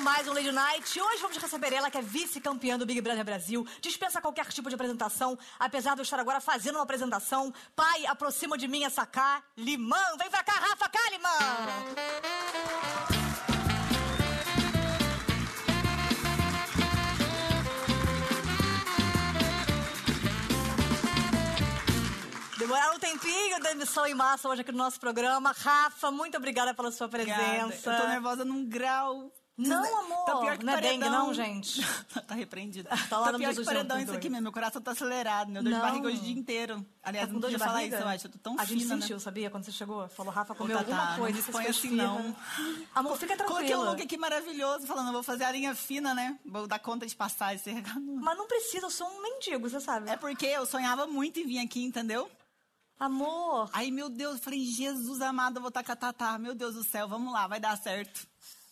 mais um Lady Night. Hoje vamos receber ela, que é vice-campeã do Big Brother Brasil. Dispensa qualquer tipo de apresentação, apesar de eu estar agora fazendo uma apresentação. Pai, aproxima de mim essa Calimã. Vem pra cá, Rafa Calimã! Demoraram um tempinho da emissão em massa hoje aqui no nosso programa. Rafa, muito obrigada pela sua presença. Eu tô nervosa num grau. Não, amor. Tá pior que não é paredão. dengue, não, gente. tá repreendida. Tá lá tá no pior que Jesus paredão 102. isso aqui mesmo. Meu coração tá acelerado. Meu dor Não. de barriga hoje o dia inteiro. Tá Aliás, com não dor de podia falar barriga? isso, eu acho. Eu tô tão A fina, gente sentiu, né? sabia? Quando você chegou, falou, Rafa, comeu Ô, alguma Tatá, coisa. não isso põe foi assim, esfirra. não. Amor, fica Coloquei um tranquila. look aqui maravilhoso, falando, eu vou fazer a linha fina, né? Vou dar conta de passar esse regalo. Mas não precisa, eu sou um mendigo, você sabe. É porque eu sonhava muito em vir aqui, entendeu? Amor, Aí, meu Deus, eu falei, Jesus amado, eu vou estar com a Tatá. Meu Deus do céu, vamos lá, vai dar certo.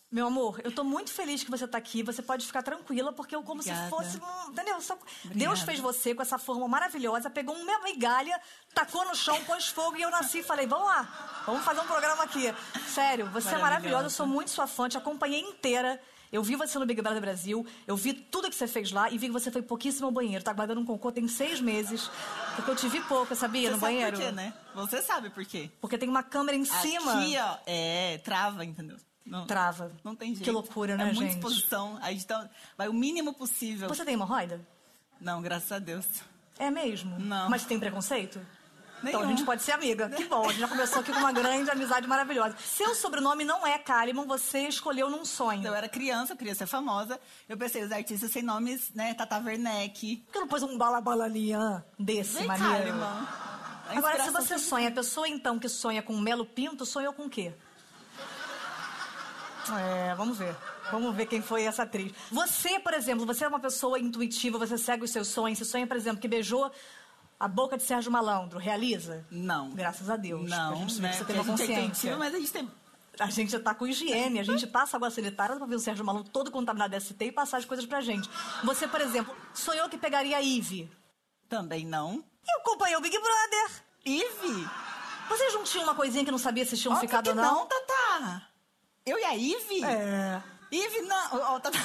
meu amor, eu tô muito feliz que você tá aqui. Você pode ficar tranquila, porque eu como se Obrigada. fosse um. Entendeu? Só- Obrigada. Deus fez você com essa forma maravilhosa, pegou uma migalha, tacou no chão, pôs fogo e eu nasci e falei, vamos lá, vamos fazer um programa aqui. Sério, você é maravilhosa, eu sou muito sua fã, te acompanhei inteira. Eu vi você no Big Brother Brasil, eu vi tudo que você fez lá e vi que você foi pouquíssimo ao banheiro. Tá guardando um concô tem seis meses, porque eu te vi pouco, sabia, Você no sabe banheiro? por quê, né? Você sabe por quê. Porque tem uma câmera em cima. Aqui, ó, é, trava, entendeu? Não, Trava. Não tem jeito. Que loucura, né, É muita gente? exposição. A gente tá, vai o mínimo possível. Você tem hemorroida? Não, graças a Deus. É mesmo? Não. Mas tem preconceito? Então a Nenhum. gente pode ser amiga. Que bom, a gente já começou aqui com uma grande amizade maravilhosa. Seu sobrenome não é Kalimann, você escolheu num sonho. Eu era criança, eu queria ser famosa. Eu pensei, os artistas sem nomes, né? Tata Werneck. Por que não pôs um bala bala lian desse, Vem cá, maneiro? irmã. A Agora, se inspiração você é sonha, a pessoa então que sonha com Melo Pinto, sonhou com o quê? É, vamos ver. Vamos ver quem foi essa atriz. Você, por exemplo, você é uma pessoa intuitiva, você segue os seus sonhos. Você sonha, por exemplo, que beijou a boca de Sérgio Malandro. Realiza? Não. Graças a Deus. Não, a gente vê né? que você porque tem uma a gente é consciência. intuitivo, mas a gente tem... A gente tá com higiene, a gente passa água sanitária pra ver o Sérgio Malandro todo contaminado de ST e passar as coisas pra gente. Você, por exemplo, sonhou que pegaria a Ive. Também não. Eu acompanhei o Big Brother. Ive? Vocês não tinham uma coisinha que não sabia se tinham Óbvio ficado que ou não? não, Tata. Eu e a Ive? É. Ive, não. Ó, Tatá.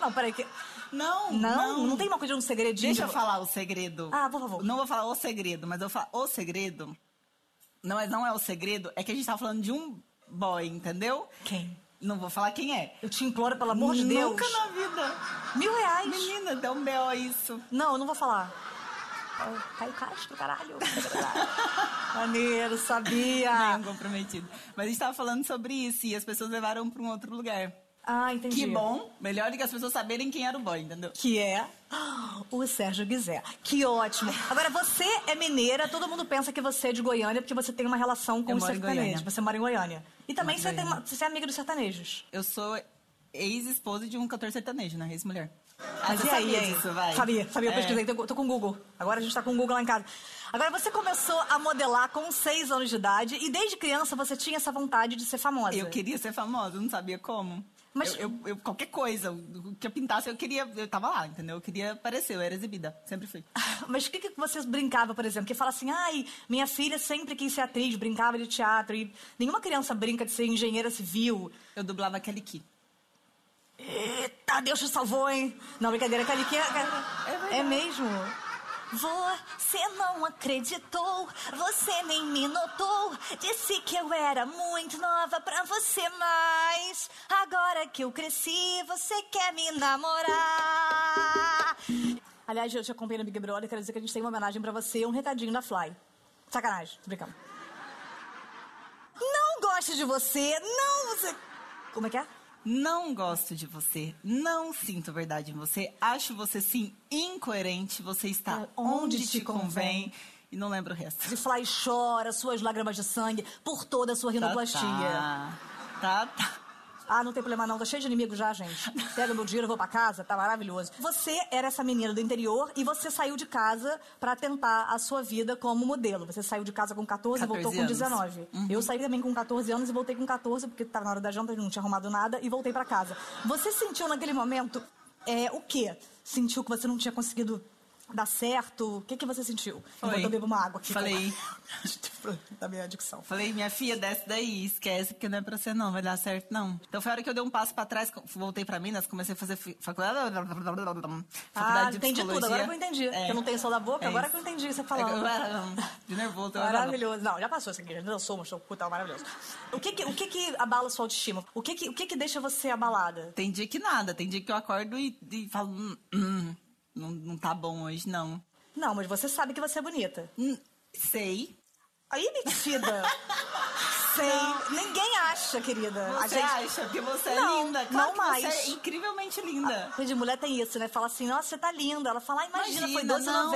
Não, peraí. Que... Não, Não, não, tem uma coisa de um segredinho. Deixa eu falar o segredo. Ah, por favor. Não vou falar o segredo, mas eu vou falar o segredo. Não, mas não é o segredo, é que a gente tá falando de um boy, entendeu? Quem? Não vou falar quem é. Eu te imploro, pelo amor de Deus. Nunca na vida. Mil reais. Menina, deu um B.O. isso. Não, eu não vou falar. Ó, Caio Castro, caralho. Maneiro, sabia. Nenhum comprometido. Mas a gente tava falando sobre isso e as pessoas levaram pra um outro lugar. Ah, entendi. Que bom. Melhor do que as pessoas saberem quem era o boy, entendeu? que é o Sérgio Guizé. Que ótimo. Agora, você é mineira, todo mundo pensa que você é de Goiânia porque você tem uma relação com Eu os moro em sertanejos. Goiânia. Você mora em Goiânia. E também moro em você, tem Goiânia. uma- você é amiga dos sertanejos. Eu sou ex-esposa de um cantor sertanejo, né? Ex-mulher. Mas Ah, você e aí, sabia hein? disso, vai? Sabia, sabia, eu É. pesquisei, tô, tô com o Google. Agora a gente tá com o Google lá em casa. Agora, você começou a modelar com 6 anos de idade e desde criança você tinha essa vontade de ser famosa. Eu queria ser famosa, eu não sabia como. Mas- Mas eu, eu- eu- qualquer coisa, o que eu pintasse, eu queria. Eu tava lá, entendeu? Eu queria aparecer, eu era exibida, sempre fui. Mas o que, que você brincava, por exemplo? Que fala assim, ai, minha filha sempre quis ser atriz, brincava de teatro. E nenhuma criança brinca de ser engenheira civil. Eu dublava aquele que. Eita, Deus te salvou, hein? Não, brincadeira, Calique é, verdade. é, é mesmo. Você não acreditou, você nem me notou. Disse que eu era muito nova pra você, mas agora que eu cresci, você quer me namorar. Aliás, eu te acompanhei no Big Brother, quero dizer que a gente tem uma homenagem pra você, um recadinho da Fly. Sacanagem, tô brincando. Não gosto de você, não você. Como é que é? Não gosto de você, não sinto verdade em você, acho você sim incoerente, você está É, onde, te convém. E não lembro o resto. De Fly chora suas lágrimas de sangue por toda a sua rinoplastia. Tá, tá. Ah, não tem problema não, tô cheio de inimigo já, gente. Pega meu dinheiro, eu vou pra casa, tá maravilhoso. Você era essa menina do interior e você saiu de casa pra tentar a sua vida como modelo. Você saiu de casa com 14 e voltou 14 com anos. Uhum. 19. Eu saí também com 14 anos e voltei com 14, porque tava na hora da janta, não tinha arrumado nada, e voltei pra casa. Você sentiu naquele momento é, o quê? Sentiu que você não tinha conseguido Dá certo? O que, que você sentiu? Falei. Enquanto eu bebo uma água aqui. Falei. Da minha adicção. Falei, minha filha, desce daí, esquece, porque não é pra você não, vai dar certo não. Então foi a hora que eu dei um passo pra trás, co- voltei pra Minas, comecei a fazer fi- faculdade, faculdade Ah, de entendi tudo. Agora que eu psicologia. entendi. É. Eu não tenho sol da boca, É agora isso. que eu entendi você falando. Agora, hum, De nervoso. eu- Maravilhoso. Não, já passou isso aqui, já dançou, mostrou o cu, tava maravilhoso. O que que, o que que abala sua autoestima? O que que, o que que deixa você abalada? Tem dia que nada, tem dia que eu acordo e, e falo, "Hum, hum, não, não tá bom hoje não. Não, mas você sabe que você é bonita. Hum, sei. Aí, metida. Sei. Ninguém acha, querida. A Você gente- acha que você Não, é linda? Claro não que mais. Você é incrivelmente linda. Porque de mulher tem isso, né? Fala assim, nossa, você tá linda. Ela fala, imagina, Imagina, foi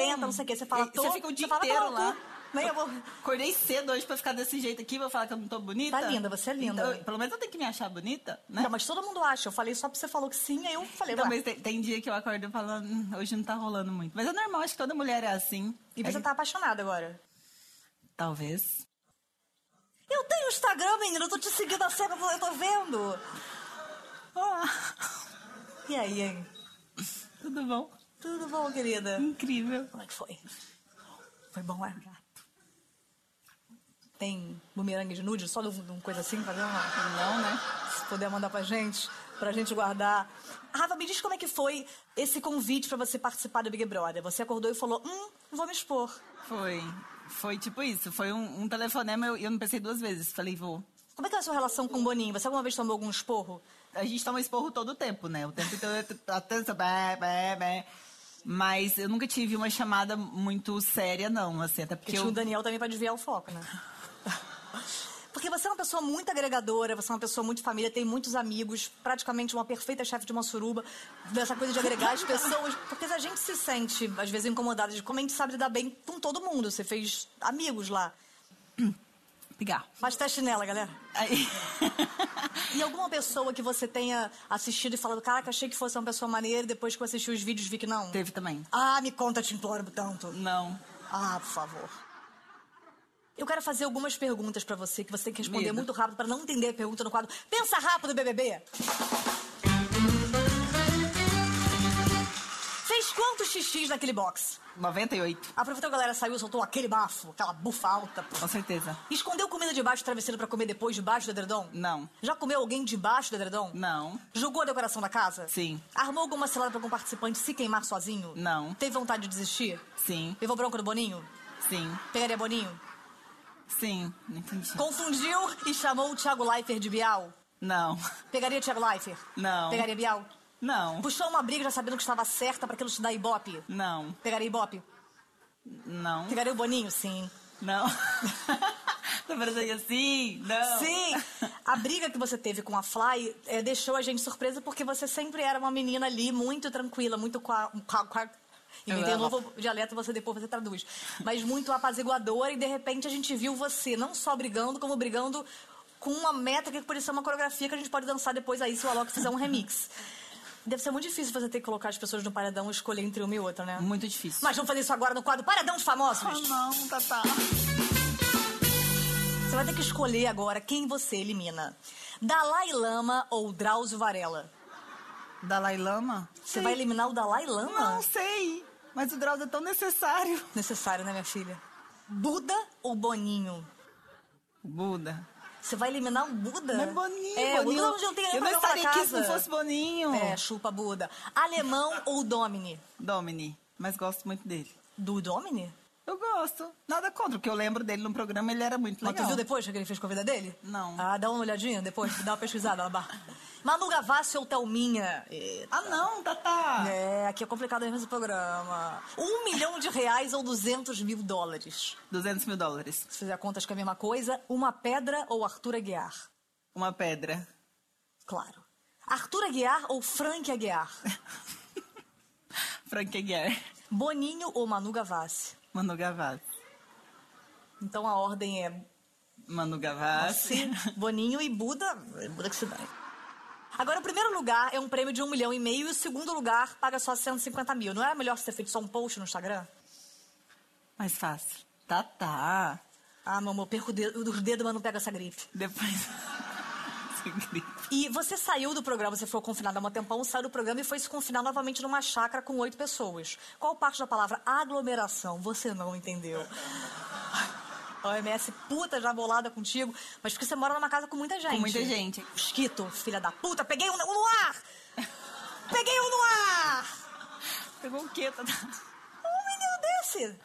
12,90, não. não sei o quê. Você fala, E tô... você fica o dia fala, "Vai tomar inteiro no cu." Nem eu vou... Acordei cedo hoje pra ficar desse jeito aqui, vou falar que eu não tô bonita. Tá linda, você é linda. Então, pelo menos eu tenho que me achar bonita, né? Não, mas todo mundo acha. Eu falei só porque você falou que sim, aí eu falei... Então, "Ué." mas tem, tem dia que eu acordo falando, "Hum, hoje não tá rolando muito. Mas é normal, acho que toda mulher é assim. E É você que- tá apaixonada agora. Talvez. Eu tenho Instagram, menina. Eu tô te seguindo a cena, eu tô vendo. E aí, hein? Ah, Tudo bom? Tudo bom, querida? Incrível. Como é que foi? Foi bom, é? Tem bumerangue de nude? Só de um- de uma coisa assim, fazendo uma... Não, né? Se puder mandar pra gente, pra gente guardar. Rafa, me diz como é que foi esse convite pra você participar do Big Brother. Você acordou e falou, hum, vou me expor. Foi. Foi tipo isso. Foi um, um telefonema e eu, eu não pensei duas vezes. Falei, vou. Como é que é a sua relação com o Boninho? Você alguma vez tomou algum esporro? A gente toma esporro todo o tempo, né? O tempo inteiro. eu tô- até essa- bé, bé, bé. Mas eu nunca tive uma chamada muito séria, não, assim, até Porque porque tinha eu. o Daniel também pra desviar o foco, né? Porque você é uma pessoa muito agregadora, você é uma pessoa muito família, tem muitos amigos, praticamente uma perfeita chefe de uma suruba, dessa coisa de agregar as pessoas. Porque a gente se sente, às vezes, incomodada de como a gente sabe lidar bem com todo mundo. Você fez amigos lá. Pigar. Faz teste nela, galera. Aí. E alguma pessoa que você tenha assistido e falado, caraca, achei que fosse uma pessoa maneira, e depois que eu assisti os vídeos vi que não? Teve também. Ah, me conta, te imploro tanto. Não. Ah, por favor. Eu quero fazer algumas perguntas pra você que você tem que responder Medo. muito rápido pra não entender a pergunta no quadro. Pensa rápido, BBB. Fez quantos xixis naquele box? 98. Aproveitou que a galera saiu, soltou aquele bafo, aquela bufa alta. pô. Com certeza. Escondeu comida debaixo do travesseiro pra comer depois debaixo do edredom? Não. Já comeu alguém debaixo do edredom? Não. Jogou a decoração da casa? Sim. Armou alguma cilada pra algum participante se queimar sozinho? Não. Teve vontade de desistir? Sim. Levou bronca do Boninho? Sim. Pegaria Boninho? Sim. Não entendi. Confundiu e chamou o Thiago Leifert de Bial? Não. Pegaria Thiago Leifert? Não. Pegaria Bial? Não. Puxou uma briga já sabendo que estava certa pra aquilo te dar ibope? Não. Pegaria ibope? Não. Pegaria o Boninho? Sim. Não. Tô pensando assim? Não. Sim! A briga que você teve com a Fly eh, deixou a gente surpresa porque você sempre era uma menina ali muito tranquila, muito com a. Inventei um amo. novo dialeto e você depois você traduz. Mas muito apaziguadora e de repente a gente viu você não só brigando, como brigando com uma meta que pode ser uma coreografia que a gente pode dançar depois aí se o Alok fizer um remix. Deve ser muito difícil você ter que colocar as pessoas no paredão e escolher entre uma e outra, né? Muito difícil. Mas vamos fazer isso agora no quadro Paradão de Ah, Famosos. não, Tatá. Você vai ter que escolher agora quem você elimina. Dalai Lama ou Drauzio Varela? Dalai Lama? Você vai eliminar o Dalai Lama? Não sei. Mas o Drauzio é tão necessário. Necessário, né, minha filha? Buda ou Boninho? Buda. Você vai eliminar o Buda? Mas Boninho, é, o Boninho. Buda não tem nem eu não pra levar pra estaria aqui se não casa. fosse Boninho. É, chupa Buda. Alemão ou Domini? Domini. Mas gosto muito dele. Do Domini? Eu gosto. Nada contra, porque eu lembro dele no programa, ele era muito Mas legal. tu viu depois o que ele fez com a vida dele? Não. Ah, dá uma olhadinha depois, dá uma pesquisada lá. barra. Manu Gavassi ou Thelminha? Ah, não, tá. Tatá. É, aqui é complicado mesmo esse programa. Um milhão de reais ou 200 mil dólares. 200 mil dólares. Se fizer contas que é a mesma coisa, uma pedra ou Arthur Aguiar? Uma pedra. Claro. Arthur Aguiar ou Frank Aguiar? Frank Aguiar. Boninho ou Manu Gavassi? Manu Gavassi. Então a ordem é Manu Gavassi. Sim, Boninho e Buda. é Buda que se dá. Agora, o primeiro lugar é um prêmio de um milhão e meio e o segundo lugar paga só 150 mil. Não era melhor você ter feito só um post no Instagram? Mais fácil. Tá, Tatá. Ah, meu amor, perco o dedo, os dedos, mas não pega essa gripe. Depois. Que é incrível. E você saiu do programa, você foi confinada há um tempão, saiu do programa e foi se confinar novamente numa chácara com oito pessoas. Qual parte da palavra aglomeração você não entendeu? A OMS puta já bolada contigo, mas porque você mora numa casa com muita gente. Com muita gente. Mosquito, filha da puta, peguei um no ar! Peguei um no ar! Pegou o quê, Um Tata? menino desse!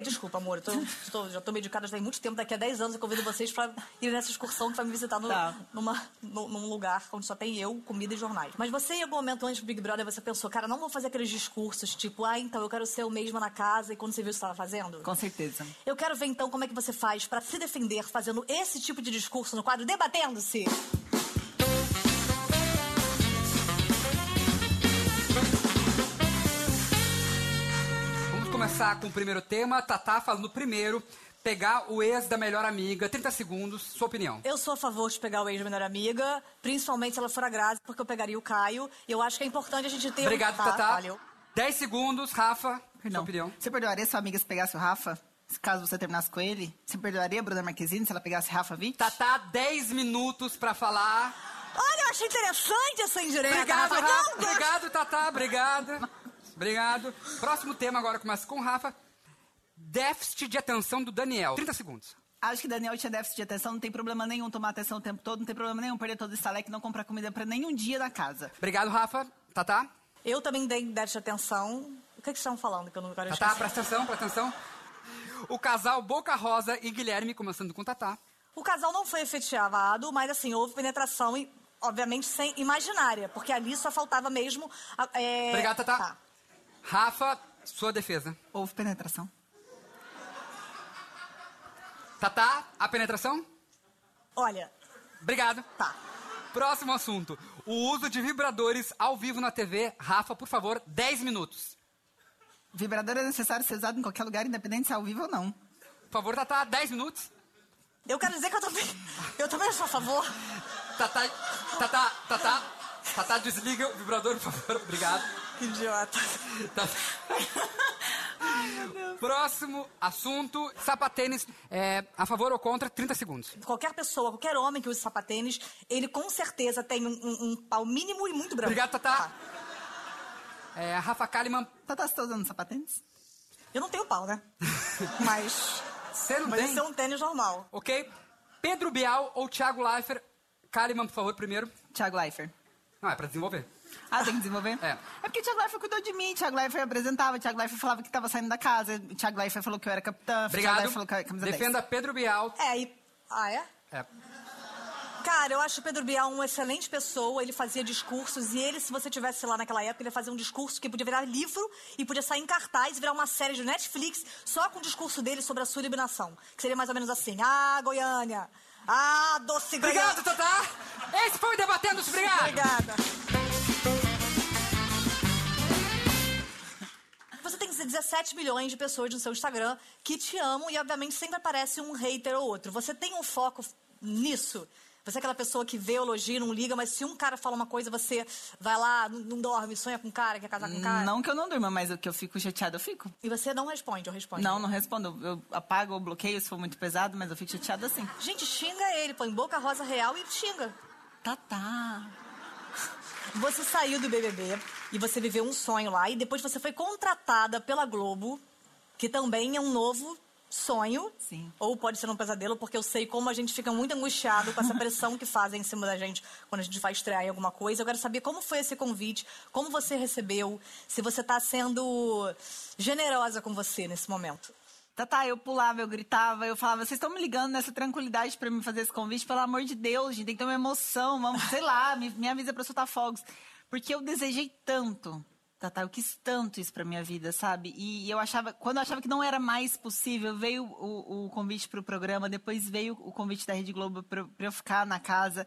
Desculpa, amor, eu tô, tô- já tô medicada já tem muito tempo, daqui a 10 anos eu convido vocês pra ir nessa excursão pra me visitar no- Tá. numa, nu- num lugar onde só tem eu, comida e jornais. Mas você, em algum momento antes do Big Brother, você pensou, cara, não vou fazer aqueles discursos tipo, ah, então eu quero ser eu mesma na casa e quando você viu o que você tava fazendo? Com certeza. Eu quero ver então como é que você faz pra se defender fazendo esse tipo de discurso no quadro Debatendo-se. Vamos começar com o primeiro tema. Tatá falando primeiro. Pegar o ex da melhor amiga. 30 segundos, sua opinião. Eu sou a favor de pegar o ex da melhor amiga, principalmente se ela for a Grazi, porque eu pegaria o Caio. E eu acho que é importante a gente ter. um- Obrigado, Tatá. Valeu. 10 segundos, Rafa. Sua opinião. Você perdoaria sua amiga se pegasse o Rafa? Se Caso você terminasse com ele? Você perdoaria a Bruna Marquezine se ela pegasse Rafa Witt? Tatá, 10 minutos pra falar. Olha, eu achei interessante essa indireta. Obrigado, Rafa. Rafa. Não, Deus. Obrigado, Tatá. Obrigada. Obrigado. Próximo tema agora começa com o Rafa. Déficit de atenção do Daniel. 30 segundos. Acho que Daniel tinha déficit de atenção, não tem problema nenhum tomar atenção o tempo todo, não tem problema nenhum perder todo o estaleque, não comprar comida pra nenhum dia da casa. Obrigado, Rafa. Tatá. Eu também dei déficit de atenção. O que, é que estão falando que eu não quero Tatá, esquecer? presta atenção, presta atenção. O casal Boca Rosa e Guilherme, começando com Tatá. O casal não foi efetivado, mas assim, houve penetração e, obviamente, sem imaginária, porque ali só faltava mesmo. a- é, Obrigado, Tatá. tá. Rafa, sua defesa. Houve penetração. Tatá, a penetração? Olha, Obrigado. tá. Próximo assunto. O uso de vibradores ao vivo na TV. Rafa, por favor, 10 minutos. Vibrador é necessário ser usado em qualquer lugar, independente se é ao vivo ou não. Por favor, Tatá, 10 minutos. Eu quero dizer que eu também. Eu também sou a favor. Tatá, Tatá, Tatá, Tatá, desliga o vibrador, por favor. Obrigado. Que idiota. Tatá. Próximo assunto, sapatênis, é, a favor ou contra, 30 segundos. Qualquer pessoa, qualquer homem que use sapatênis, ele com certeza tem um, um- um pau mínimo e muito branco. Tá. Obrigado, Tatá. É, Rafa Kalimann, Tata, você tá usando sapatênis? Eu não tenho pau, né? Mas. você não Mas tem? esse é um tênis normal. Ok? Pedro Bial ou Thiago Leifert? Kalimann, por favor, primeiro. Thiago Leifert. Não, é pra desenvolver. Ah, tem que desenvolver? É. É porque Thiago Leifert cuidou de mim, Thiago Leifert apresentava, Thiago Leifert falava que tava saindo da casa, Thiago Leifert falou que eu era capitã, Thiago Obrigado. Leifert falou que eu era camisa 10. Defenda Pedro Bial. É, e. Ah, é? É. Cara, eu acho o Pedro Bial uma excelente pessoa, ele fazia discursos e ele, se você tivesse lá naquela época, ele ia fazer um discurso que podia virar livro e podia sair em cartaz e virar uma série de Netflix só com o discurso dele sobre a sua eliminação. Que seria mais ou menos assim: Ah, Goiânia! Ah, doce Goiânia! Obrigado, Tatá. Esse foi o Debatendo-se. Obrigado. Obrigada. Você tem 17 milhões de pessoas no seu Instagram que te amam e, obviamente, sempre aparece um hater ou outro. Você tem um foco f- nisso? Você é aquela pessoa que vê, elogia, não liga, mas se um cara fala uma coisa, você vai lá, não, não dorme, sonha com um cara, quer casar com um cara. Não que eu não durma, mas o que eu fico chateada, eu fico. E você não responde, eu respondo. Não, não respondo. Eu apago ou bloqueio se for muito pesado, mas eu fico chateada assim. Gente, xinga ele, põe boca rosa real e xinga. Tá, tá. Você saiu do BBB e você viveu um sonho lá e depois você foi contratada pela Globo, que também é um novo sonho. Sim. Ou pode ser um pesadelo, porque eu sei como a gente fica muito angustiado com essa pressão que fazem em cima da gente quando a gente vai estrear em alguma coisa. Eu quero saber como foi esse convite, como você recebeu, se você tá sendo generosa com você nesse momento. Tá, tá, eu pulava, eu gritava, eu falava, vocês estão me ligando nessa tranquilidade pra me fazer esse convite? Pelo amor de Deus, gente, tem que ter uma emoção, vamos, sei lá, me, me avisa pra eu soltar fogos. Porque eu desejei tanto, tá, tá, eu quis tanto isso pra minha vida, sabe? E, eu achava, quando eu achava que não era mais possível, veio o, o convite pro programa, depois veio o convite da Rede Globo pra, pra eu ficar na casa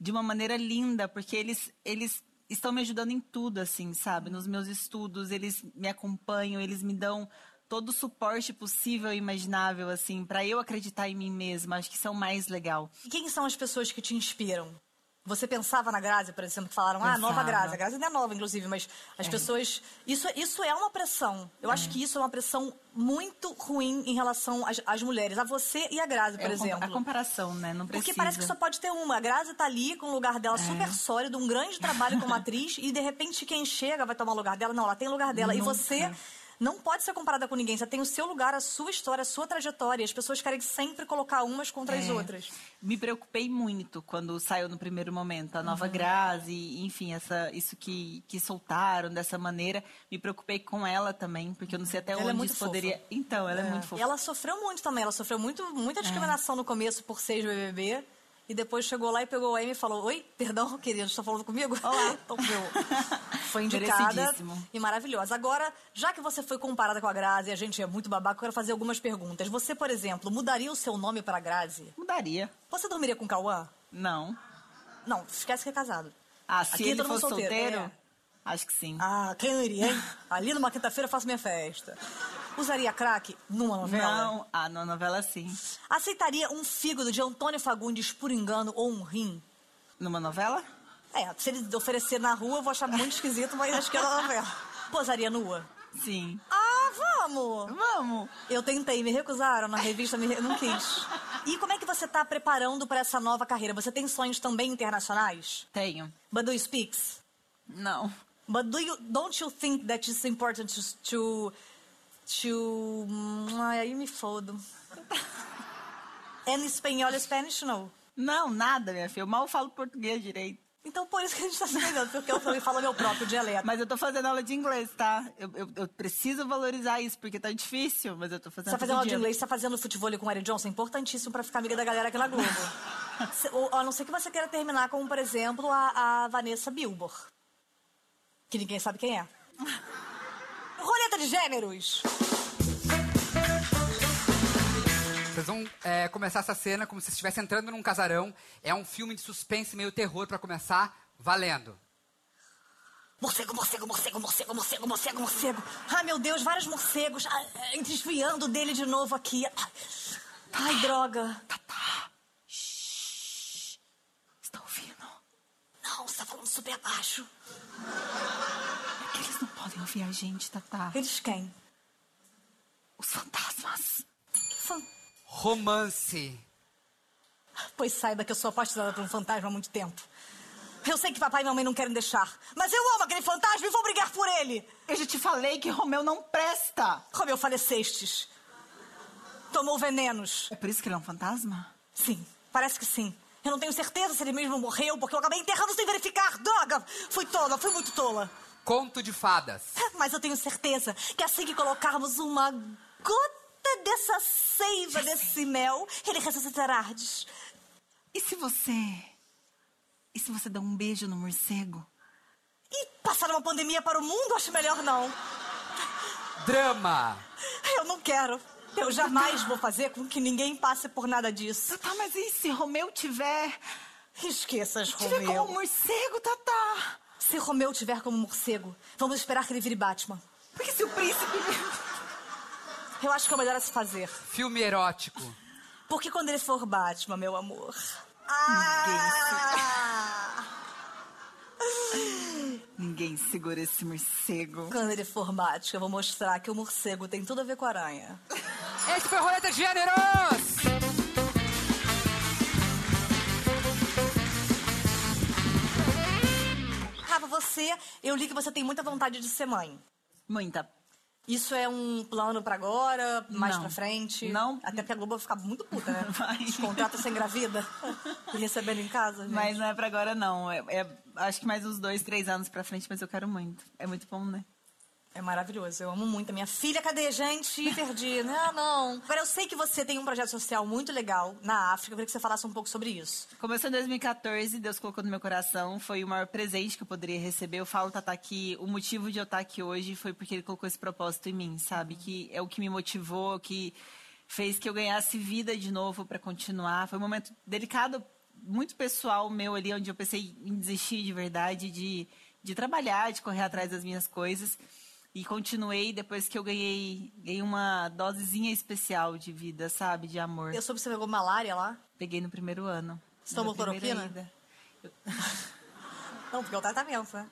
de uma maneira linda, porque eles, eles estão me ajudando em tudo, assim, sabe? Nos meus estudos, eles me acompanham, eles me dão todo o suporte possível e imaginável, assim, pra eu acreditar em mim mesma. Acho que isso é o mais legal. E quem são as pessoas que te inspiram? Você pensava na Grazi, por exemplo, falaram, ah, nova Pensava. É. Grazi. A Grazi não é nova, inclusive, mas as pessoas. Isso, isso é uma pressão. Eu acho que isso é uma pressão muito ruim em relação às, às mulheres, a você e a Grazi, por É o com- um exemplo. A comparação, né? Não precisa. É. Porque parece que só pode ter uma. A Grazi tá ali com o lugar dela super sólido, um grande trabalho como atriz, e de repente quem chega vai tomar o lugar dela. Não, ela tem o lugar dela. E Nunca. você não pode ser comparada com ninguém. Você tem o seu lugar, a sua história, a sua trajetória. As pessoas querem sempre colocar umas contra as É. outras. Me preocupei muito quando saiu no primeiro momento a Uhum. nova Grazi, enfim, essa, isso que, que soltaram dessa maneira. Me preocupei com ela também, porque eu não sei até Ela é onde muito isso poderia. fofa. Então, ela é, muito É. E fofa. Ah, ela sofreu muito também. Ela sofreu muito, muita discriminação no começo por ser de BBB. E depois chegou lá e pegou o M e falou: Oi, perdão, querido, está falando comigo? Olá. Então, meu, foi indicada Merecidíssimo. e maravilhosa. Agora, já que você foi comparada com a Grazi, a gente é muito babaca, eu quero fazer algumas perguntas. Você, por exemplo, mudaria o seu nome para Grazi? Mudaria. Você dormiria com o Cauã? Não. Não, esquece que é casado. Ah, se Aqui ele todo mundo fosse solteiro? é. Acho que sim. Ah, quem não iria, hein? Ali numa quinta-feira eu faço minha festa. Usaria crack numa novela? não. Ah, na novela sim. Aceitaria um fígado de Antônio Fagundes por engano ou um rim? Numa novela? É, se ele oferecer na rua, eu vou achar muito esquisito, mas acho que é da novela. Posaria nua? Sim. Ah, vamos! Vamos! Eu tentei, me recusaram na revista, me re- não quis. E como é que você tá preparando pra essa nova carreira? Você tem sonhos também internacionais? Tenho. But do you speaks? Não. But do you, don't you think that it's important to... to, to ai, aí me fodo. And espanhol, Spanish, no. Não, nada, minha filha. Eu mal falo português direito. Então por isso que a gente tá se pegando, porque eu também falo meu próprio dialeto. Mas eu tô fazendo aula de inglês, tá? Eu, eu- eu preciso valorizar isso, porque tá difícil, mas eu tô Você fazendo tá fazendo todo aula de dia. inglês, você tá fazendo futebol com o Eric Johnson, importantíssimo pra ficar amiga da galera aqui na Globo. Se- ou- a não ser que você queira terminar com, por exemplo, a, a Vanessa Bilbor. Que ninguém sabe quem é. Roleta de gêneros! Vocês vão é, começar essa cena como se estivesse entrando num casarão. É um filme de suspense meio terror pra começar. Valendo. Morcego, morcego, morcego, morcego, morcego, morcego, morcego. Ah, meu Deus, vários morcegos. Ah, ah, desviando dele de novo aqui. Ai, droga. Está Tá ouvindo? Não, você tá falando super baixo. É que eles não podem ouvir a gente, Tatá. Eles quem? Os fantasmas. Fan- Romance. Pois saiba que eu sou apaixonada por um fantasma há muito tempo. Eu sei que papai e mamãe não querem deixar, mas eu amo aquele fantasma e vou brigar por ele. Eu já te falei que Romeu não presta. Romeu, falecestes. Tomou venenos. É por isso que ele é um fantasma? Sim, parece que sim. Eu não tenho certeza se ele mesmo morreu, porque eu acabei enterrando sem verificar. Droga! Fui tola, fui muito tola. Conto de fadas. Mas eu tenho certeza que assim que colocarmos uma gota dessa seiva, desse mel, ele ressuscitará. E se você... E se você der um beijo no morcego? E passar uma pandemia para o mundo, acho melhor não. Drama. Eu não quero. Então, Eu jamais vou fazer com que ninguém passe por nada disso. Tatá, mas e se Romeu tiver... Esqueça, Tiver como um Romeu. morcego, Tatá? Se Romeu tiver como morcego, vamos esperar que ele vire Batman. Porque se o príncipe... Eu acho que é o melhor a se fazer. Filme erótico. Porque quando ele for Batman, meu amor. Ah! Ninguém segura esse morcego. Quando ele for Batman, eu vou mostrar que o morcego tem tudo a ver com a aranha. Esse foi o Roleta de Gêneros! Rafa, você, eu li que você tem muita vontade de ser mãe. Muita Isso é um plano pra agora, mais Não. pra frente? Não. Até porque a Globo vai ficar muito puta, né? Vai. Os contratos sem gravida e recebendo em casa, gente. Mas não é pra agora, não. É, é- acho que mais uns dois, três anos pra frente, mas eu quero muito. É muito bom, né? É maravilhoso, eu amo muito a minha filha. Cadê, gente? Perdi. Não, não. Agora, eu sei que você tem um projeto social muito legal na África. Eu queria que você falasse um pouco sobre isso. Começou em 2014, Deus colocou no meu coração. Foi o maior presente que eu poderia receber. Eu falo, Tata, que o motivo de eu estar aqui hoje foi porque ele colocou esse propósito em mim, sabe? Que é o que me motivou, que fez que eu ganhasse vida de novo pra continuar. Foi um momento delicado, muito pessoal meu ali, onde eu pensei em desistir de verdade, de, de trabalhar, de correr atrás das minhas coisas. E continuei depois que eu ganhei, ganhei uma dosezinha especial de vida, sabe? De amor. Eu soube que você pegou malária lá. Peguei no primeiro ano. Você tomou Na primeira cloroquina? ida. Não, porque é um tratamento, né?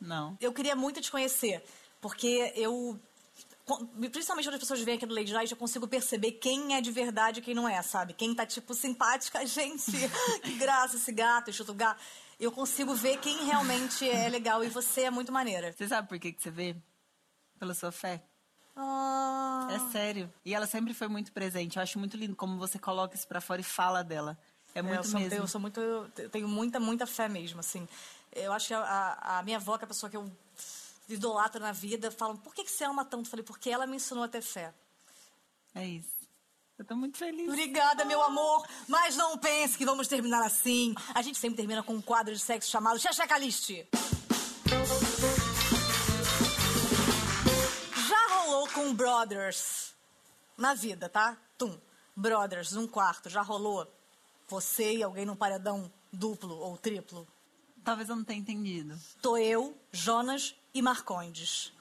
Não. Eu queria muito te conhecer, porque eu. com- Principalmente quando as pessoas vêm aqui no Lady Night, eu consigo perceber quem é de verdade e quem não é, sabe? Quem tá, tipo, simpática, gente, que graça esse gato, chuta o gato. Eu consigo ver quem realmente é legal e você é muito maneira. Você sabe por que, que você vê? Pela sua fé. Ah, É sério. E ela sempre foi muito presente. Eu acho muito lindo como você coloca isso pra fora e fala dela. É É, muito eu sou, mesmo. Eu sou muito. Eu tenho muita, muita fé mesmo, assim. Eu acho que a- a, a minha avó, que é a pessoa que eu idolatro na vida, falam, por que, que você ama tanto? Eu falei, porque ela me ensinou a ter fé. É isso. Eu tô muito feliz. Obrigada, meu amor. Mas não pense que vamos terminar assim. A gente sempre termina com um quadro de sexo chamado Chachacaliste. Já rolou com brothers na vida, tá? Tum. Brothers, um quarto. Já rolou você e alguém num paredão duplo ou triplo? Talvez eu não tenha entendido. Tô eu, Jonas e Marcondes.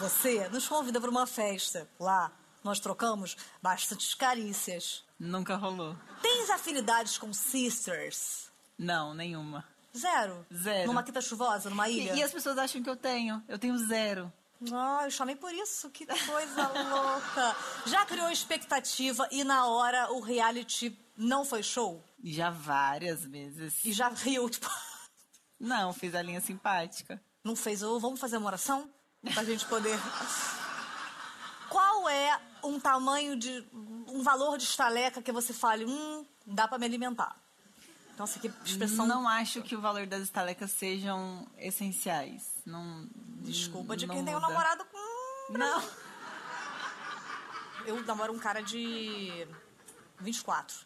Você nos convida para uma festa. Lá, nós trocamos bastantes carícias. Nunca rolou. Tens afinidades com sisters? Não, nenhuma. Zero. Zero. Numa quinta chuvosa, numa E, ilha? e as pessoas acham que eu tenho. Eu tenho zero. Ah, eu chamei por isso, que coisa louca. Já criou expectativa e na hora o reality não foi show? E Já várias vezes. E já riu, tipo, Não, fiz a linha simpática. não fez. Ô, vamos fazer uma oração? Pra gente poder. Qual é um tamanho de. um valor de estaleca que você fale, hum, dá pra me alimentar? Nossa, que expressão. Não acho que o valor das estalecas sejam essenciais. Não. Desculpa de não quem tem um muda. namorado com Não. Eu namoro um cara de 24.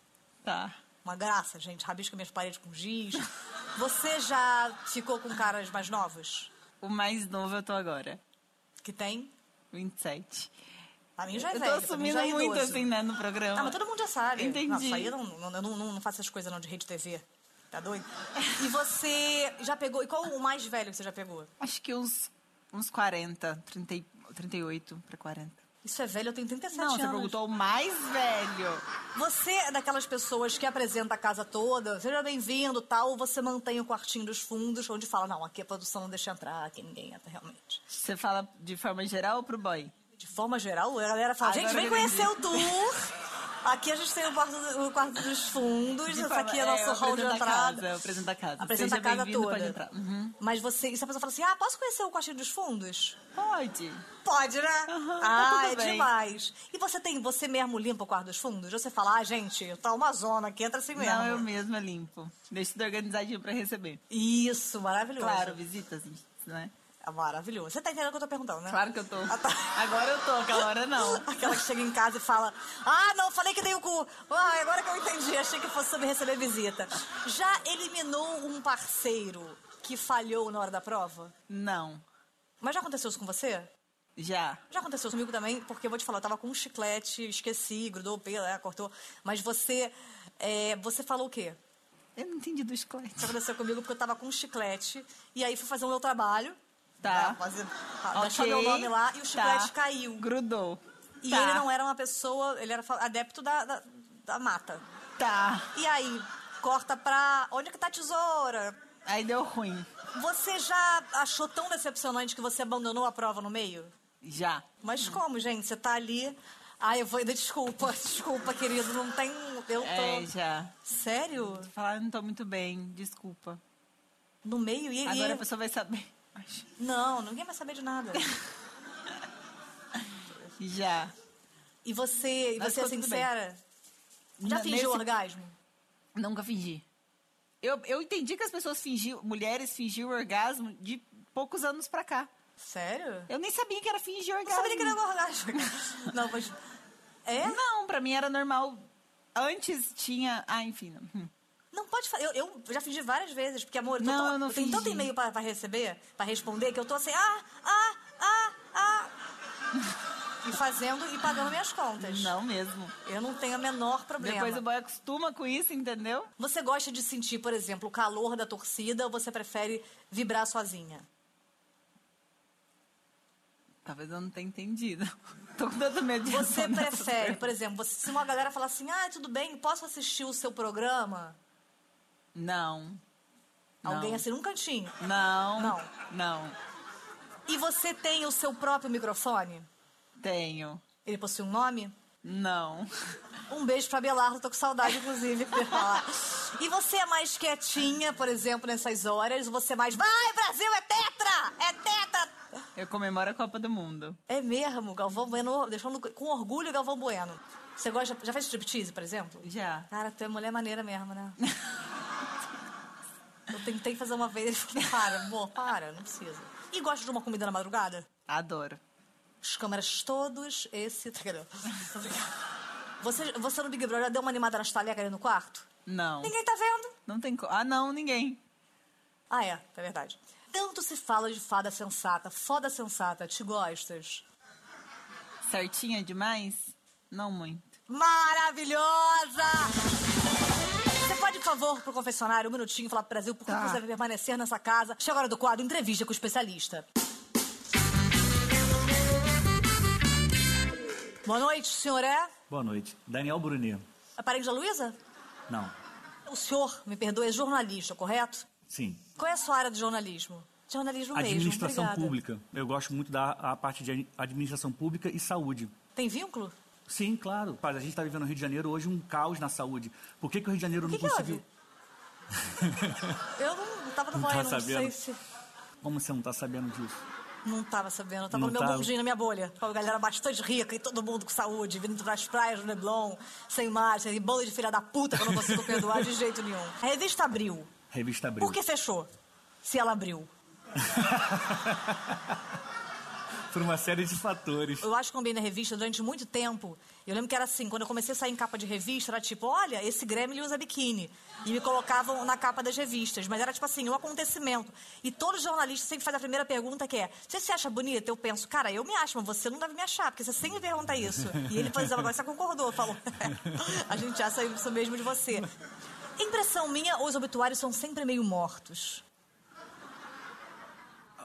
Tá. Uma graça, gente. Rabisca minhas paredes com giz. Você já ficou com caras mais novos? O mais novo eu tô agora. Que tem? 27. Pra mim já é eu tô velho. pra mim assumindo já é muito idoso. assim, né, no programa. Ah, mas todo mundo já sabe. Entendi. Não, isso aí eu não, não, eu não- não faço essas coisas não de rede TV. Tá doido? E você já pegou... E qual o mais velho que você já pegou? Acho que uns, uns 40, 30, e- 38 pra 40. Isso é velho, eu tenho 37 Não, anos. você perguntou o mais velho. Você é daquelas pessoas que apresenta a casa toda, seja bem-vindo, tal, ou você mantém o quartinho dos fundos, onde fala, não, aqui a produção não deixa entrar, aqui ninguém entra realmente. Você fala de forma geral ou pro boy? De forma geral, a galera fala, gente, Ah, Agora vem eu entendi. conhecer o tour. Aqui a gente tem o quarto, o quarto dos fundos, De essa forma- aqui é é, eu nosso hall de apresento a entrada. casa, eu apresento a casa. Apresenta Seja a casa bem-vindo, toda. pode entrar. Uhum. Mas você, e se a pessoa fala assim, ah, posso conhecer o quartinho dos fundos? Pode. Pode, né? Aham, ah, tá tudo é bem. demais. E você tem, você mesmo limpa o quarto dos fundos? Ou você fala, ah, gente, tá uma zona aqui, entra assim mesmo. Não, eu mesma limpo. Deixa tudo organizadinho pra receber. Isso, maravilhoso. Claro, visitas, né? É maravilhoso. Você tá entendendo o que eu tô perguntando, né? Claro que eu tô. Ah, tá. Agora eu tô, aquela hora não. Aquela que chega em casa e fala: Ah, não, falei que dei o cu. Ah, agora que eu entendi. Achei que fosse sobre receber visita. Já eliminou um parceiro que falhou na hora da prova? Não. Mas já aconteceu isso com você? Já. Já aconteceu comigo também, porque eu vou te falar, eu tava com um chiclete, esqueci, grudou o pelo, né, cortou. Mas você. é, você falou o quê? Eu não entendi do Isso chiclete. aconteceu comigo porque eu tava com um chiclete e aí fui fazer o meu trabalho. Tá. né, fazer- Ok. Deixar meu nome lá e o chiclete Tá. caiu. Grudou. E Tá. ele não é- era uma pessoa, ele era fa- adepto da, da, da mata. Tá. E aí, corta pra. Onde é que tá a tesoura? Aí deu ruim. Você já achou tão decepcionante que você abandonou a prova no meio? Já. Mas como, gente? Você tá ali. Ah, eu vou. Desculpa, desculpa, querido. Não tem. Eu tô. É, já. Sério? Falar, não tô muito bem, desculpa. No meio? E, e- Agora a pessoa vai saber. Acho. Não, ninguém vai saber de nada. Já. E você, e Mas você é ficou tudo bem. sincera? Já Na- fingiu né? nesse- orgasmo? Nunca fingi. Eu, eu entendi que as pessoas fingiam, mulheres fingiam orgasmo de poucos anos pra cá. Sério? Eu nem sabia que era fingir Eu não orgasmo. sabia que era um orgasmo. Não, mas. É? Não, pra mim era normal. Antes tinha. Ah, enfim. não. Hum. Não pode fazer. Eu, eu já fingi várias vezes, porque, amor, eu tô Não, tão- eu não tenho tanto fingi. e-mail pra, pra receber, pra responder, que eu tô assim, ah, ah, ah, ah. e fazendo e pagando minhas contas. Não mesmo. Eu não tenho o menor problema. Depois o boy acostuma com isso, entendeu? Você gosta de sentir, por exemplo, o calor da torcida ou você prefere vibrar sozinha? Talvez eu não tenha entendido. Tô com tanto medo de Você responder essas prefere, perguntas. por exemplo, você- se uma galera falar assim, ah, tudo bem, posso assistir o seu programa? Não. Não. Alguém assim, num cantinho. Não. Não. Não. E você tem o seu próprio microfone? Tenho. Ele possui um nome? Não. Um beijo pra Belardo, tô com saudade, inclusive, de falar. E você é mais quietinha, por exemplo, nessas horas? Você é mais. Vai, Brasil, é tetra! É tetra! Eu comemoro a Copa do Mundo. É mesmo, Galvão Bueno, deixando com orgulho Galvão Bueno. Você gosta. Já fez striptease, por exemplo? Já. Cara, tu é mulher maneira mesmo, né? Eu tentei fazer uma vez, ele falou: para, amor, para, não precisa. E gosta de uma comida na madrugada? Adoro. As câmeras todos, esse. Brincadeira. Você, você no Big Brother deu uma animada nas talecas ali no quarto? Não. Ninguém tá vendo. Não tem co... Ah, não, ninguém. Ah, é, é verdade. Tanto se fala de fada sensata, foda sensata, te gostas? Certinha demais? Não muito. Maravilhosa! Você pode, por favor, pro confessionário, um minutinho, falar pro Brasil por que Tá. você deve permanecer nessa casa? Chega a hora do quadro, entrevista com o especialista. Boa noite, senhor é? Boa noite. Daniel Brunet. É parente da Luísa? Não. O senhor, me perdoe, é jornalista, correto? Sim. Qual é a sua área de jornalismo? Jornalismo administração mesmo, obrigada. pública. Eu gosto muito da a parte de ad- administração pública e saúde. Tem vínculo? Sim, claro. Mas a gente está vivendo no Rio de Janeiro hoje um caos na saúde. Por que, que o Rio de Janeiro O que, que não conseguiu? houve? eu não tava no Não tá banho, não sei sabendo? se... Como você não está sabendo disso? Não tava sabendo, eu tava Não no meu tava. mundinho, na minha bolha. Com a galera bastante rica e todo mundo com saúde, vindo pras praias do Leblon, sem marcha, e bolo de filha da puta que eu não consigo perdoar de jeito nenhum. A revista abriu. Revista Abril. Por que fechou? Se ela abriu. Por uma série de fatores. Eu acho que combinei na revista durante muito tempo. Eu lembro que era assim, quando eu comecei a sair em capa de revista, era tipo, olha, esse Grêmio ele usa biquíni. E me colocavam na capa das revistas. Mas era tipo assim, um acontecimento. E todo jornalista sempre faz a primeira pergunta que é, você se acha bonita? Eu penso, cara, eu me acho, mas você não deve me achar, porque você sempre pergunta isso. E ele fazia, agora você concordou, falou, a gente acha isso mesmo de você. Impressão minha, os obituários são sempre meio mortos.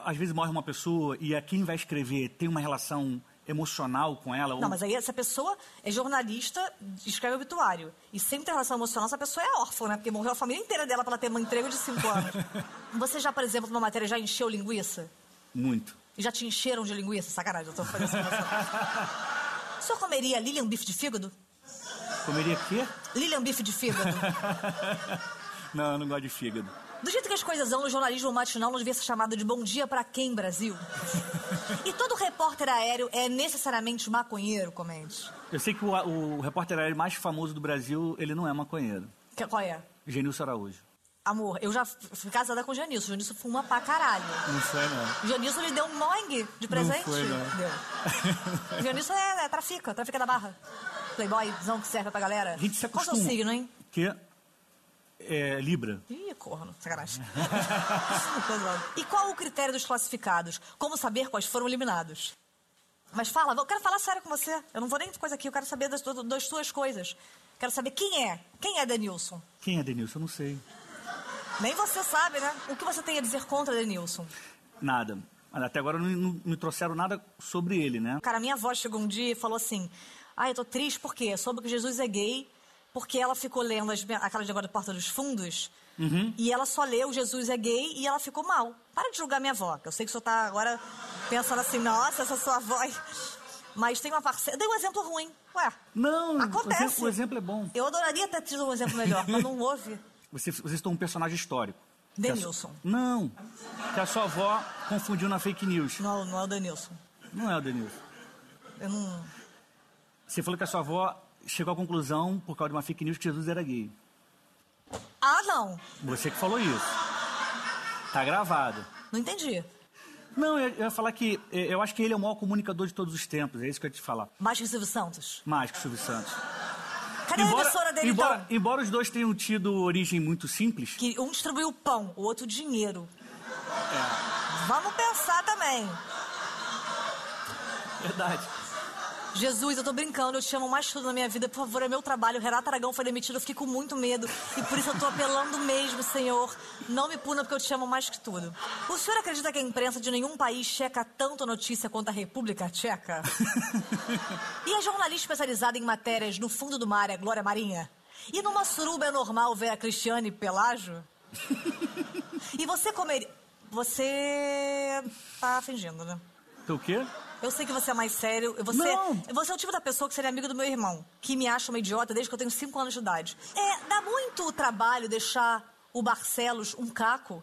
Às vezes morre uma pessoa e a quem vai escrever tem uma relação emocional com ela. Não, ou- mas aí essa pessoa é jornalista, escreve obituário. E sempre tem relação emocional, essa pessoa é órfã, né? Porque morreu a família inteira dela pra ela ter um emprego de cinco anos. Você já, por exemplo, numa matéria já encheu linguiça? Muito. E já te encheram de linguiça? Sacanagem, eu tô fazendo essa relação. O senhor comeria Lilian bife de fígado? Comeria quê? Lilian bife de fígado? Não, eu não gosto de fígado. Do jeito que as coisas andam, o jornalismo matinal não devia ser chamado de bom dia pra quem, Brasil? E todo repórter aéreo é necessariamente maconheiro, comente. Eu sei que o, o repórter aéreo mais famoso do Brasil, ele não é maconheiro. Que- Qual é? Genilson Araújo. Amor, eu já f- fui casada com o Janilson. O Janilson fuma pra caralho. Não foi, não. O Janilson lhe deu um Moing de presente. foi, não. Deu. O Janilson é, é trafica, trafica da barra. Playboyzão que serve pra galera. A gente se Qual é acostuma. o seu signo, hein? Que é Libra. Ih, corno. Sacanagem. Tô zoando. e qual o critério dos classificados? Como saber quais foram eliminados? Mas fala, eu quero falar sério com você. Eu não vou nem coisa aqui, eu quero saber das, do- das tuas coisas. Quero saber quem é. Quem é Denilson? Quem é Denilson? Eu não sei. Nem você sabe, né? O que você tem a dizer contra Denilson? Nada. Mas Até agora não, não me trouxeram nada sobre ele, né? Cara, minha avó chegou um dia e falou assim: Ah, eu tô triste porque soube que Jesus é gay, porque ela ficou lendo as, aquela negócio do Porta dos Fundos, Uhum. e ela só leu Jesus é gay e ela ficou mal. Para de julgar minha avó, que eu sei que o senhor tá agora pensando assim: Nossa, essa sua avó. Mas tem uma parcela. Dei um exemplo ruim. Ué. Não, Acontece. Hum, O, exemplo, o exemplo é bom. Eu adoraria ter tido um exemplo melhor, mas não houve. Você, você citou um personagem histórico. Que a su- Denilson. Não. Que a sua avó confundiu na fake news. Não, não é o Denilson. Não é o Denilson. Eu não. Você falou que a sua avó chegou à conclusão, por causa de uma fake news, que Jesus era gay. Ah, não. Você que falou isso. Tá gravado. Não entendi. Não, eu, eu ia falar que eh, eu acho que ele é o maior comunicador de todos os tempos. É isso que eu ia te falar. Mais que o Silvio Santos. Mais que o Silvio Santos. Cadê a emissora dele, embora, então? embora os dois tenham tido origem muito simples, que um distribuiu pão, o outro dinheiro. Vamos pensar também. verdade. Jesus, eu tô brincando, eu te amo mais tudo na minha vida, por favor, é meu trabalho. Renato Aragão foi demitido, eu fiquei com muito medo. E por isso eu tô apelando mesmo, Senhor. Não me puna porque eu te amo mais que tudo. O senhor acredita que a imprensa de nenhum país checa tanto a notícia quanto a República Tcheca? E a jornalista especializada em matérias no fundo do mar é Glória Marinha? E numa suruba é normal ver a Cristiane Pelágio? e você comeria. Você. tá fingindo, né? Tu Então, o quê? Eu sei que você é mais sério. Você, Não. você é o tipo da pessoa que seria amigo do meu irmão, que me acha uma idiota desde que eu tenho 5 anos de idade. É, dá muito trabalho deixar o Barcelos um caco.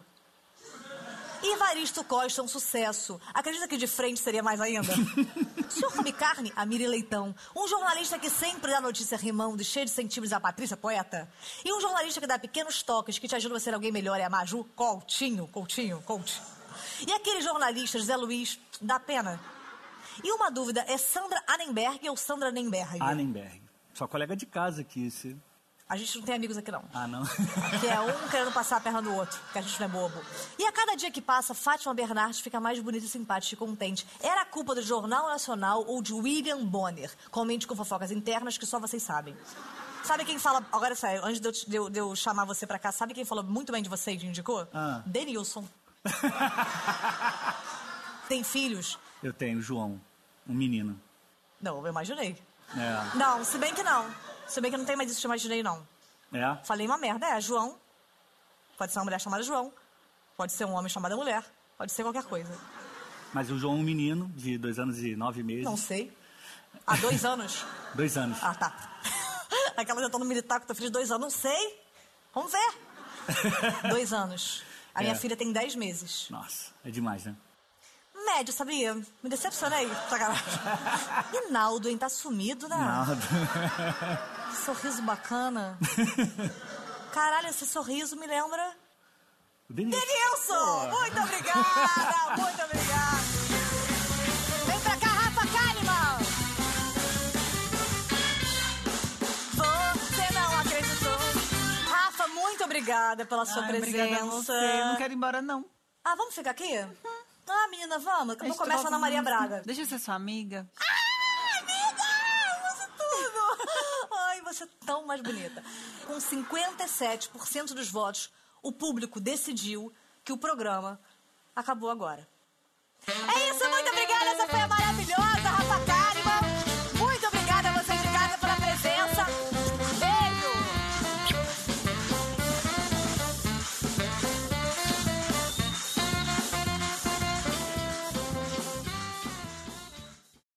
E Evaristo Costa é um sucesso. Acredita que de frente seria mais ainda? o senhor come carne? A Miri Leitão. Um jornalista que sempre dá notícia rimando e cheio de centímetros a Patrícia Poeta. E um jornalista que dá pequenos toques que te ajuda a ser alguém melhor é a Maju Coutinho. Coutinho, Coutinho. E aquele jornalista, José Luiz, da pena. E uma dúvida, é Sandra Annenberg ou Sandra Nenberg? Annenberg. Sua colega de casa aqui. Se... A gente não tem amigos aqui, não. Ah, não. Que é um querendo passar a perna no outro, que a gente não é bobo. E a cada dia que passa, Fátima Bernardes fica mais bonita e simpática e contente. Era a culpa do Jornal Nacional ou de William Bonner? Comente com fofocas internas que só vocês sabem. Sabe quem fala. Agora sério, antes de eu, te- de eu- de eu chamar você pra cá, sabe quem falou muito bem de você e te indicou? Ah. Denilson. tem filhos? Eu tenho João, um menino. Não, eu imaginei. É. Não, se bem que não. Se bem que não tem mais isso, que eu imaginei, não. É? Falei uma merda, é, João. Pode ser uma mulher chamada João. Pode ser um homem chamado mulher. Pode ser qualquer coisa. Mas o João é um menino de dois anos e nove meses. Não sei. Há dois anos. Dois anos. Ah, tá. Aquela já tá no militar com teu filho de dois anos, não sei. Vamos ver. dois anos. A minha É. filha tem dez meses. Nossa, é demais, né? Médio, sabia? Me decepcionei. Sacanagem. Rinaldo, hein? Tá sumido, né? Nada. Que sorriso bacana. Caralho, esse sorriso me lembra. O Denilson. Denilson! Pô. Muito obrigada! Muito obrigada! Vem pra cá, Rafa Kalimann! Você não acreditou! Rafa, muito obrigada pela sua Ai, obrigada a presença. você. Não quero Uhum. ir embora, não. Ah, vamos ficar aqui? Ah, menina, vamos. Daqui a Deixa eu pouco começa a tomar Ana Maria um- Braga. Deixa eu ser sua amiga. Amiga, você é tudo! Ai, você é tão mais bonita. Com 57% dos votos, o público decidiu que o programa acabou agora. É isso, muito obrigada, essa foi a maravilhosa